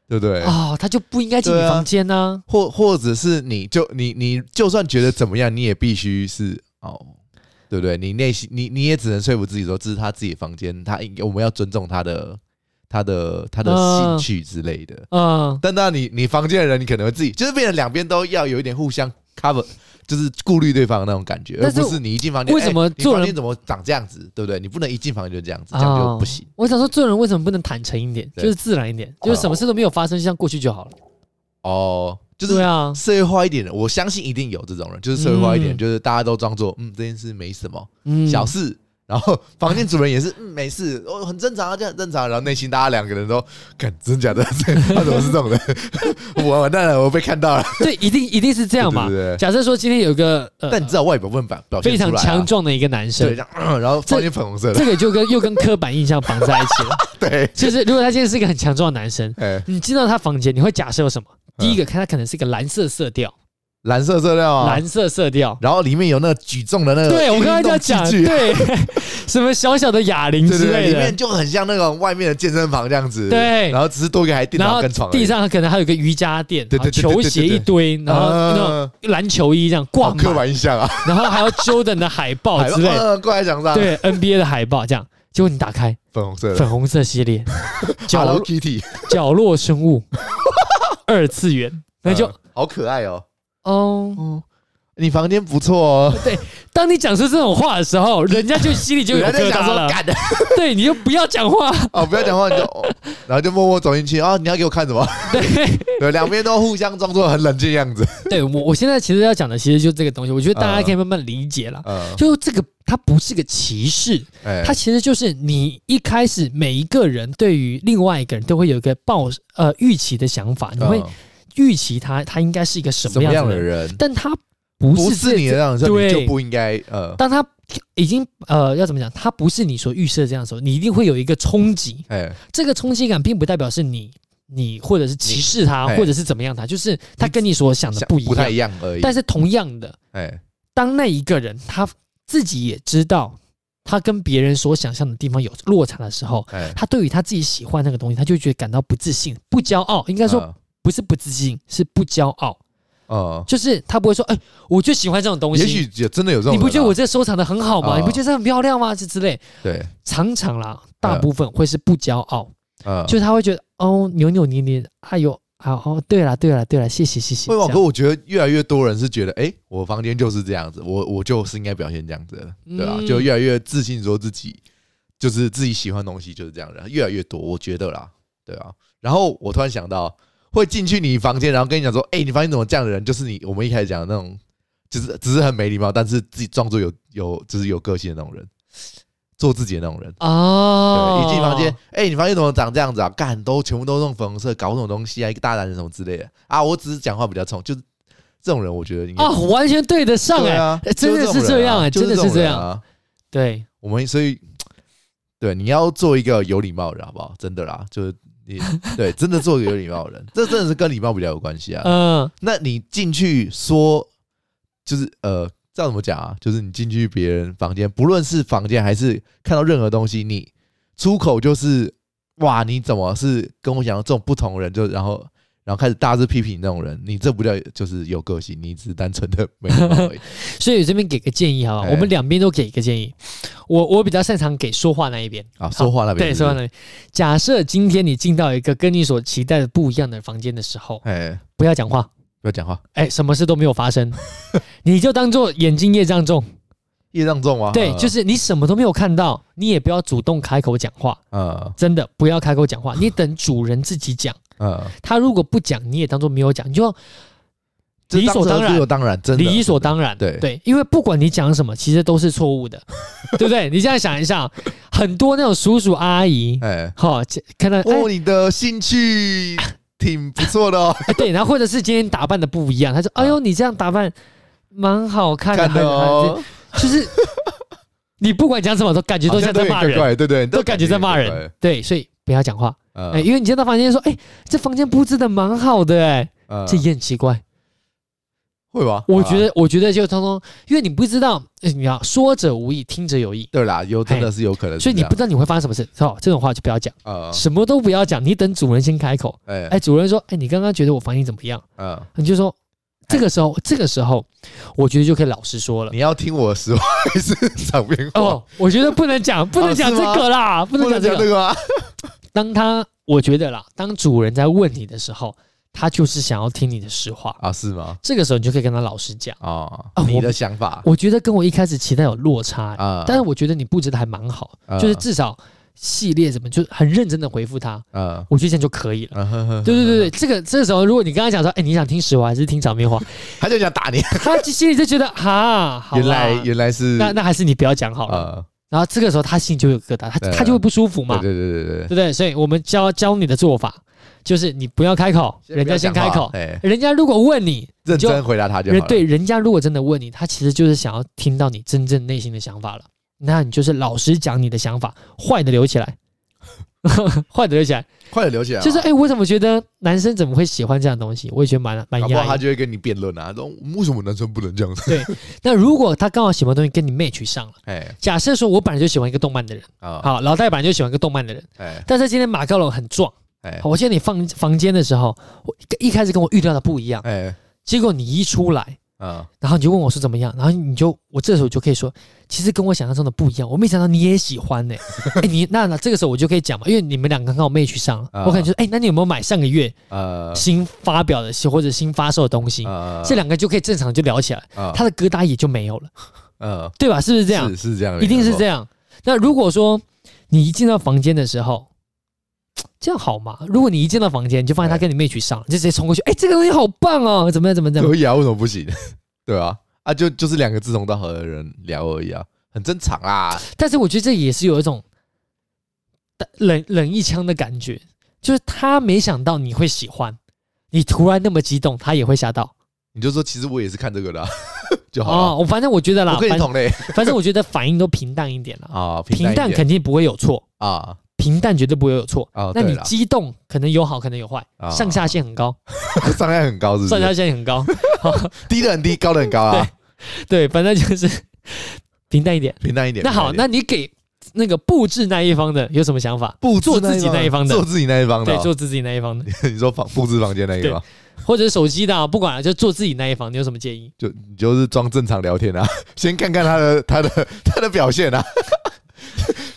对不对？哦，他就不应该进你对啊房间呢、或或者是你就你你就算觉得怎么样，你也必须是哦，对不对？你内心你你也只能说服自己说，这是他自己的房间，他应我们要尊重他的他的他的嗯兴趣之类的。嗯，但那你你房间的人，你可能会自己就是变成两边都要有一点互相 cover，就是顾虑对方的那种感觉，但而是不是你一进房间，为什么哎做人哦你房间怎么长这样子，对不对？你不能一进房间就这样子，这样就不行。啊我想说，做人为什么不能坦诚一点，就对是自然一点，就是什么事都没有发生，就像过去就好了。哦，就是对啊，社会化一点的，我相信一定有这种人，就是社会化一点，嗯就是大家都装作嗯这件事没什么嗯 小事，然后房间主人也是，嗯，没事，哦，很正常啊，这样很正常。然后内心大家两个人都，看真假的， 他怎么是这种人？ 我完蛋了，我被 看到了。对，一定一定是这样嘛对对对。假设说今天有一个呃，但你知道外表问表表现非出来啊常强，壮的一个男对，生这，样，嗯然后房间粉红 色的，这个就跟又跟刻板印象绑在一起 了。对，就是如果他今天是一个很强壮的男生，哎，你进到他房间，你会假设有什么？第一个看他可能是一个蓝色色调，蓝色色料嗯啊，呃蓝色色调。然后里面有那个举重的那个，对我刚才在讲，器具对 什么小小的哑铃 对对之对，类里的面，就很像那种外面的健身房这样子，对然后只是多一个台电然脑后跟床而已，地上可能还有一个瑜伽垫，对对对然后球鞋一堆，然后那种啊篮球衣这样挂好刻满，板印象啊，然后还有 Jordan 的海报 还有之类的，呃呃挂在墙上，对 NBA 的海报这样。结果你打开粉红色的粉红色系 列，角 Hello 落 Kitty，角落生 物，二次元， 那就嗯好可爱哦，哦。嗯，你房间不错哦，当你讲出这种话的时候，人家就心里 就有人家疙想瘩说了。干的对，你就不要讲话。哦，不要讲话你就， 哦然后就默默走进去啊，你要给我看什么？ 对，对，两边都互相装作很冷静的样子， 对我我现在其实要讲的其实就这个东西，我觉得大家可以慢慢理解了。嗯，就这个，它不是个歧视，哎它其实就是你一开始每一个人对于另外一个人都会有一个抱呃预期的想法，你会嗯预期他他应该是一个什什么样么样的的人，人？但他不不是是你的样子，对你就不应该呃，当他已经呃要怎么讲，他不是你所预设这样的时候，你一定会有一个冲击。哎，这个冲击感并不代表是你你或者是歧视他，你哎或者是怎么样他，就是他跟你所想的像不一不太样。一样而已，但是同样的，哎，当那一个人他自己也知道他跟别人所想象的地方有落差的时候，哎，他对于他自己喜欢那个东西，他就觉得感到不自信、不骄傲。应该说不是不自信，是不骄傲，嗯，就是他不会说：“哎，我就喜欢这种东嗯，西。”也许也真的有这种你人啊，不觉得我这收藏的很好吗？哦你不觉得这很漂亮吗？这之类，对，常常啦，大哎部分会是不骄傲，嗯，就是他会觉得哦，扭扭捏捏，哎呦，啊哦，对啦，对啦，对啦，谢谢谢谢。会网这哥，样我觉得越来越多人是觉得，哎、我房间就是这样子，我我就是应该表现这样子的，对吧、嗯就越来越自信，说自己就是自己喜欢的东西就是这样的，越来越多，我觉得啦，对啊。然后我突然想到，会进去你房间，然后跟你讲说，哎、你房间怎么这样的人，就是你我们一开始讲的那种，就是只是很没礼貌，但是自己装作有有就是有个性的那种人，做自己的那种人。哦对，，一进房间，，哎、你房间怎么长这样子啊？干，都全部都弄粉红色，搞什么东西啊？一个大男人什么之类的啊？我只是讲话比较冲，就是这种人，我觉得应该啊，完全对得上对哎、啊哎，真的就是这样哎、就真的是是这样样，啊。对，我们所以，对，你要做一个有礼貌的人，好不好？真的啦，就是你对，真的做一个有礼貌的人，这真的是跟礼貌比较有关 系啊。嗯，那你进去说，就是呃，这样怎么讲啊？就是你进去别人房间，不论是房间还是看到任何东西，你出口就是哇，你怎么是跟我想的这种不同人？就然后然后开始大肆批评那种人，你这不叫就是有个性，你只是单纯的没礼貌而已。所以这边给个建议好不好？哎我们两边都给一个建议，我我比较擅长给说话那一边。啊，说话那边对，是说不话是那边。假设今天你进到一个跟你所期待的不一样的房间的时候，哎，不要讲话，不要讲话，哎，什么事都没有发 生，你就当做眼睛业障重。业障重吗？对，嗯就是你什么都没有看到，你也不要主动开口讲话，嗯真的不要开口啊讲话，你等主人自己讲。嗯，他如果不讲，你也当做没有讲，你就这理所当当然理所当然，真的理所当然。对对，因为不管你讲什么，其实都是错误 的，对不对？你这样想一下，很多那种叔叔阿姨，哎，哈，看到哎哦，你的兴趣挺不错的哦。哎对，然后或者是今天打扮的不一样，他说：“哎呦，你这样打扮蛮好看的，啊看的很很哦， 就是你不管讲什么，都感觉好都像在有点骂怪人，怪，对对，都感觉在骂有点人。对，所以不要讲话。怪。嗯哎、因为你进到房间说，哎、这房间布置的蛮好的、哎、嗯这也很奇怪。会吧？我啊觉得，我觉得就通通，因为你不知道，哎你要说者无意，听者有意，对啦，有真的是有可哎能是所以这你样，不知道你会发生什么事。哦，这种话就不要讲，呃，什么都不要讲，你等主人先开口。哎哎、主人说，哎、你刚刚觉得我房间怎么样？嗯，你就说，这个时候，这个时候，我觉得就可以老实说了。你要听我实话还是场面话？哦，我觉得不能讲，不能哦讲是这吗个啦，不不能能讲这讲个啊这。个吗？当他我觉得啦，当主人在问你的时候，他就是想要听你的实话。啊，是吗？这个时候你就可以跟他老实讲，哦啊，你我的想法我觉得跟我一开始期待有落差、啊，但是我觉得你布置的还蛮好，啊就是至少系列怎么就是很认真的回复他，嗯，我觉得这样就可 以了。嗯哼哼对对对对，这个这个时候，如果你跟他讲说，哎、你想听实话还是听场面话， 他就想打你，他心里就觉得哈，好啦啊原来原来是那那还是你不要讲好了。呃，然后这个时候他心就有疙瘩，他对啊他就会不舒服嘛，对对对对对对，不对？所以我们教教你的做法就是你不要开口，人家先开口，哎，人家如果问你，认就真回答他就好人哎了。对人家如果真的问你，他其实就是想要听到你真正内心的想法了。那你就是老实讲你的想法，坏的留起来， 坏的留起来。快点留起来啊，就是哎、我怎么觉得男生怎么会喜欢这样的东西？我也觉得蛮蛮搞不好压他抑。就会跟你辩论啊，说为什么男生不能这样子？那如果他刚好喜欢的东西跟你 match 上了，哎假设说我本来就喜欢一个动漫的人，啊，好，老戴本来就喜欢一个动漫的人，哎但是今天马高龙很壮，哎好我记得你放房间的时候，我一开始跟我预料的不一样，哎结果你一出来。啊，然后你就问我说怎么样，然后你就我这时候就可以说，其实跟我想象中的不一样，我没想到你也喜欢呢、哎、你那那这个时候我就可以讲嘛，因为你们两个刚好 match 上了，我啊可能就说，哎、那你有没有买上个月呃新发表的或者新发售的东西？呃这两个就可以正常就聊起来，啊他的疙瘩也就没有了，呃对吧？是不是这样？是是这样的，一定是没这样。那如果说你一进到房间的时候，这样好吗？如果你一进到房间，你就发现他哎跟你妹去上，你就直接冲过去，哎、这个东西好棒哦，怎么样怎么样错怎么样？可以啊，为什么不行？ 对啊啊，就就是两个志同道合的人聊而已啊，很正常啊。但是我觉得这也是有一种冷冷一枪的感觉，就是他没想到你会喜欢，你突然那么激动，他也会吓到。你就说其实我也是看这个的啊 就好哦，了，我反正我觉得啦我，跟你反 同类反正我觉得反应都平淡一点 啦，啊，平淡淡一点肯定不会有错，啊平淡绝对不会有错。啊，那对你啦激动可能有好，可能有坏，啊上下限很高，上下很高是不上下是？限很高。 低的很低，高的很高啊，对，反正就是平淡一点。平淡一点。那好，平淡那一点你给那个布置那一方的有什么想法？布置做自己那一方的做自己那一方的对，哦，做自己那一方的， 你说房布置房间那个吗？或者手机的、啊，不管了、就做自己那一方，你有什么建 议？就你就是装正常聊天啊， 先看看他的他的他的表现啊，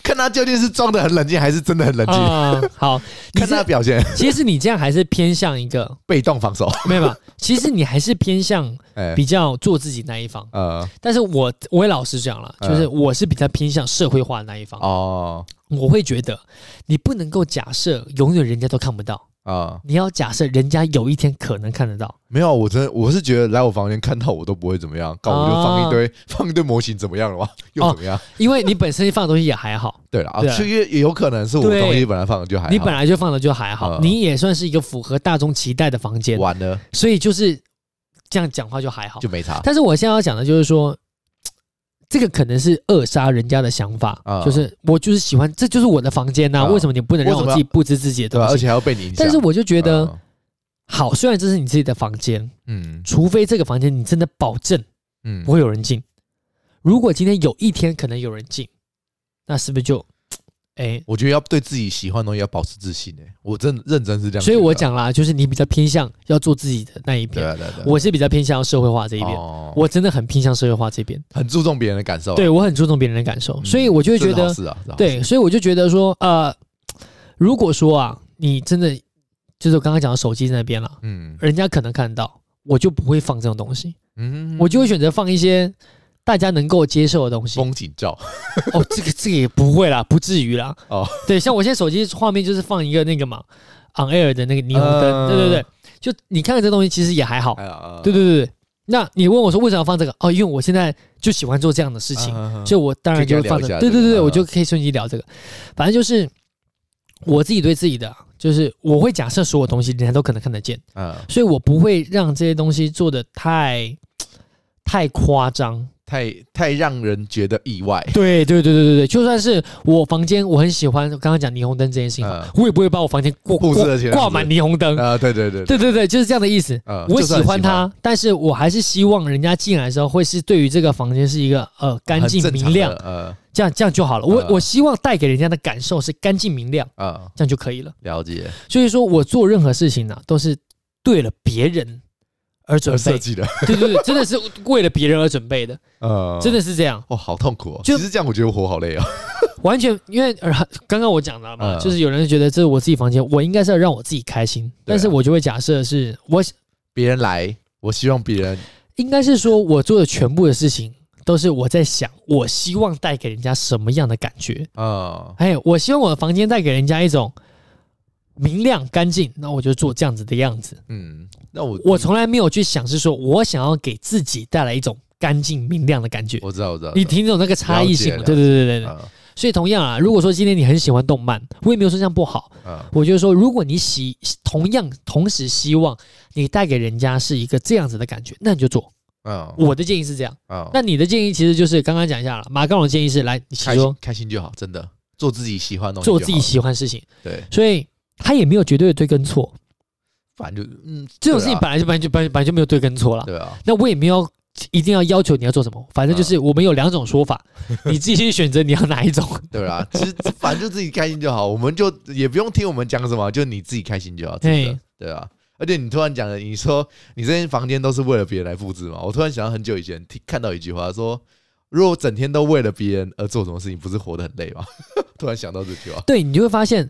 看他究竟是装的很冷静还是真的很冷静，啊、 好，你看他的是表现， 其实你这样还是偏向一个被动防守，没有吧？其实你还是偏向哎、比较做自己那一方，呃但是我我也老实讲了，嗯就是我是比较偏向社会化的那一方，哦我会觉得你不能够假设永远人家都看不到，啊、你要假设人家有一天可能看得到。没有，啊我真的我是觉得来我房间看到我都不会怎么样，搞我就放一哦堆、放一堆模型怎么样了吗？又怎么样？因为你本身放的东西也还好，对了啊，哦对啊就因为也有可能是我对东西本来放的就还好，你本来就放的就还好，嗯你也算是一个符合大众期待的房间，完了所以就是这样讲话就还好就。没差 但是我现在要讲的就是说，这个可能是扼杀人家的想法，嗯就是我就是喜欢，这就是我的房间呐、嗯为什么你不能让我为什么自己布置自己的对吧、东而西？且还要被你影响。但是我就觉得，嗯好，虽然这是你自己的房间，嗯除非这个房间你真的保证嗯不会有人进。如果今天有一天可能有人进，那是不是就，哎、我觉得要对自己喜欢的东西要保持自信诶、欸我真的认真是这样觉得啊。所以我讲啦，就是你比较偏向要做自己的那一对边，啊对啊对啊，我是比较偏向社会化这一边。哦我真的很偏向社会化这边，很注重别人的感受啊，对我很注重别人的感受，嗯所以我就会这觉是好得，事啊，这是好事对，所以我就觉得说，呃，如果说啊，你真的就是我刚刚讲的手机那边了，嗯人家可能看到，我就不会放这种东西，嗯我就会选择放一些大家能够接受的东西。风景照哦，这个这个也不会啦，不至于啦。哦，对，像我现在手机画面就是放一个那个嘛，on air 的那个霓虹灯，嗯对对对，就你看了这东西其实也还好，哎呀，对对对对。那你问我说为什么要放这个？哦，因为我现在就喜欢做这样的事情，情所以我当然就会放就这个。嗯可以聊一下对对这个对，嗯我就可以趁机聊这个。反正就是我自己对自己的，就是我会假设所有东西人家都可能看得见，嗯所以我不会让这些东西做的太太夸张。太太让人觉得 意外，对对对对对对，就算是我房间，我很喜欢刚刚讲霓虹灯这件事情嘛，嗯我也不会把我房间挂布置得起挂来挂满霓虹灯。啊对对对对对对，就是这样的意思。呃我就喜算欢它，但是我还是希望人家进来的时候会是对于这个房间是一个呃干很净正常明的亮，呃这样这样就好了。我、呃我希望带给人家的感受是干净明亮，呃这样就可以了。了解，所以说我做任何事情呢、都是对了别人而准呃设备，计的对对对，真的是为了别人而准备的，呃真的是这样。哦好痛苦哦，就其实这样我觉得我活好累哦，完全因为呃刚刚我讲了嘛，嗯就是有人觉得这是我自己房间，我应该是要让我自己开心，啊但是我就会假设是我别人来，我希望别人应该是说我做的全部的事情都是我在想，我希望带给人家什么样的感觉。呃哎，我希望我的房间带给人家一种明亮干净，那我就做这样子的样子。嗯，那我我从来没有去想是说我想要给自己带来一种干净明亮的感觉。我知道，我知道，你听懂那个差异性了吗？对解对对对对。嗯所以同样啊，如果说今天你很喜欢动漫，我也没有说这样不好。嗯我就是说，如果你喜同样同时希望你带给人家是一个这样子的感觉，那你就做。嗯我的建议是这样，嗯，那你的建议其实就是刚刚讲一下了。马刚龙的建议是来，你请开心说开心就好，真的做自己喜欢的东西就好哦做了，自己喜欢的事情，对，所以他也没有绝对的对跟错，反正就嗯，这种事对情啊本来就本来就本来本来就没有对跟错了。对啊，那我也没有一定要要求你要做什么，反正就是我们有两种 说法，你自己去选择你要哪一种。对啊，其实反正就自己开心就好，我们就也不用听我们讲什么，就你自己开心就好，真的嘿，对啊。而且你突然讲了，你说你这间房间都是为了别人来布置嘛？我突然想到很久以前听看到一句话说，如果整天都为了别人而做什么事情，不是活得很累吗？ 突然想到这句 话，对，你就会发现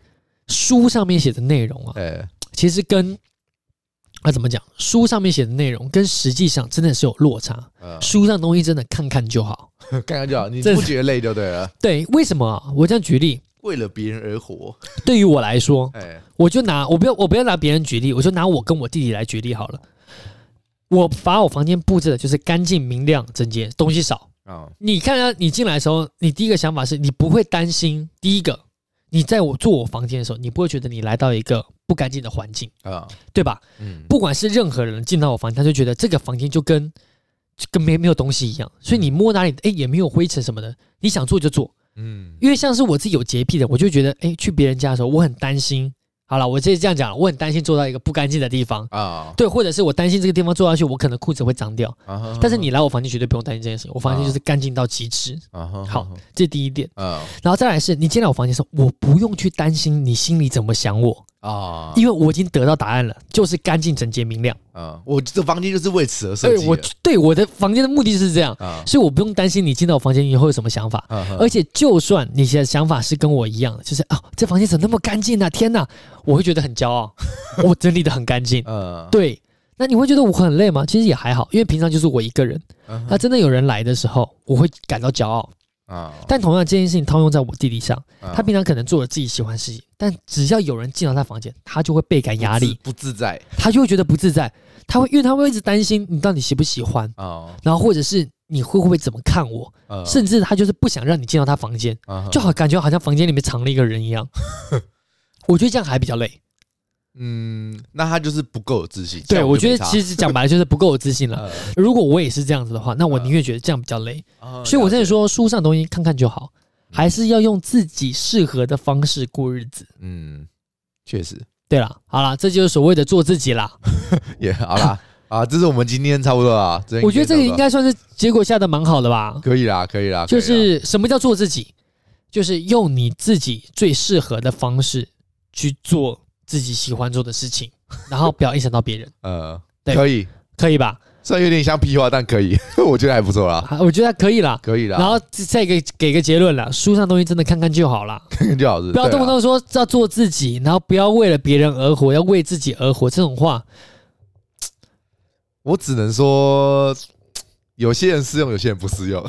书上面写的内容啊，哎、其实跟啊怎么讲，书上面写的内容跟实际上真的是有落差。 嗯，书上东西真的看看就好。看看就好，你这不觉得累就对了。对，为什么啊？我这样举例，为了别人而活，对于我来说，哎、我就拿我不要我不要拿别人举例，我就拿我跟我弟弟来举例好了。我把我房间布置的就是干净明亮、整洁，东西少。啊、你看到你进来的时候，你第一个想法是你不会担心。第一个，你在我做我房间的时候，你不会觉得你来到一个不干净的环境，啊，对吧？嗯，不管是任何人进到我房间，他就觉得这个房间就跟就跟没没有东西一样，所以你摸哪里，哎，也没有灰尘什么的，你想做就做。嗯，因为像是我自己有洁癖的，我就觉得，哎，去别人家的时候，我很担心。好了，我直接这样讲，我很担心坐到一个不干净的地方，啊，对，或者是我担心这个地方坐下去，我可能裤子会脏掉。啊但是你来我房间绝对不用担心这件事情，我房间就是干净到极致，啊，好，这是第一点。啊然后再来是你进来我房间的时候，我不用去担心你心里怎么想我，啊，因为我已经得到答案了，就是干净、整洁、明亮。啊，我这房间就是为此而设对，计哎我的对我的房间的目的就是这样，啊所以我不用担心你进到我房间以后有什么想法。啊啊而且，就算你的想法是跟我一样的，就是啊，这房间怎么那么干净呢、啊天哪，我会觉得很骄 傲，我整理的很干净。嗯，对，那你会觉得我很累吗？其实也还好，因为平常就是我一个人。嗯那真的有人来的时候，我会感到骄傲。啊，但同样，这件事情套用在我弟弟上，他他平常可能做了自己喜欢的事情，但只要有人进到他房间，他就会倍感压力，不自在他就会觉得不自在，他会因为他会一直担心你到底喜不喜欢。啊，然后或者是你会不会怎么看我，嗯甚至他就是不想让你进到他房间，嗯就好感觉好像房间里面藏了一个人一样。我觉得这样还比较累。嗯，那他就是不够有自信。对，我觉得实其实讲白了就是不够有自信呃 了。如果我也是这样子的话，那我宁愿觉得这样比较累。啊所以我在在，说，书上东西看看就好，嗯还是要用自己适合的方式过日子。嗯，确实对了，好啦，这就是所谓的做自己啦。 也好啦啊，这是我们今天差不多啊，今天我觉得这个差应不多该算是结果下的蛮好的吧。可以啦，可以啦，就啊可以啦是什么叫做自己？就是用你自己最适合的方式去做自己喜欢做的事 情，然后不要影响到别人，呃，对可以，可以吧？虽然有点像屁话，但可以， 我觉得还不错啦，啊，我觉得可以啦。可以啦。然后再给给个结论啦，书上东西真的看看就好啦， 就好是，不要对啊动不啦动说要做自己，然后不要为了别人而活，要为自己而活这种话。我只能说，有些人适用，有些人不适用。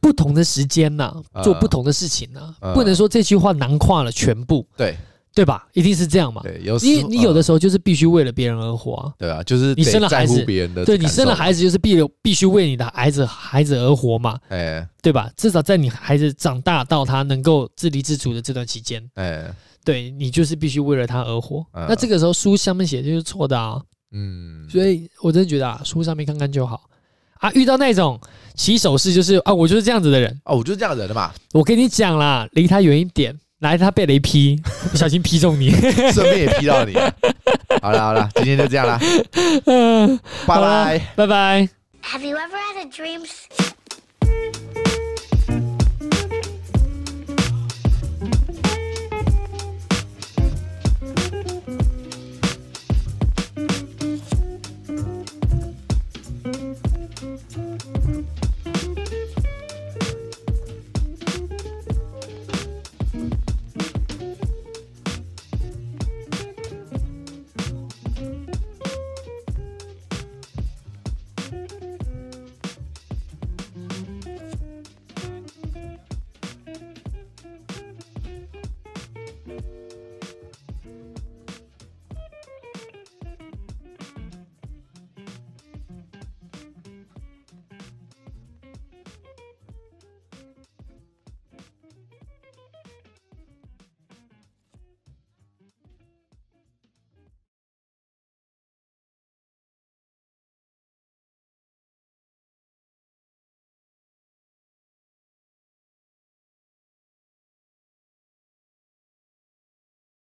不同的时间呐、呃做不同的事情呐、呃不能说这句话囊括了全部，对对吧？一定是这样嘛？ 对，有时因为你有的呃时候就是必须为了别人而活啊。对啊，就是你得生了在孩乎子别人的，对你生了，孩子，就是必有必须为你的孩子孩子而活嘛，哎对吧？至少在你孩子长大到他能够自立自主的这段期间，哎，对你就是必须为了他而活。嗯那这个时候书上面写的就是错的啊，嗯，所以我真的觉得啊，书上面看看就好啊。遇到那种起手式就是啊，我就是这样子的人，哦，我就是这样的人的嘛，我跟你讲啦，离他远一点，来他被雷劈，不小心劈中你。 顺便也批到你。 好了好了，今天就这样啦， 嗯拜好啦拜。拜拜。 Have you ever had a dream s-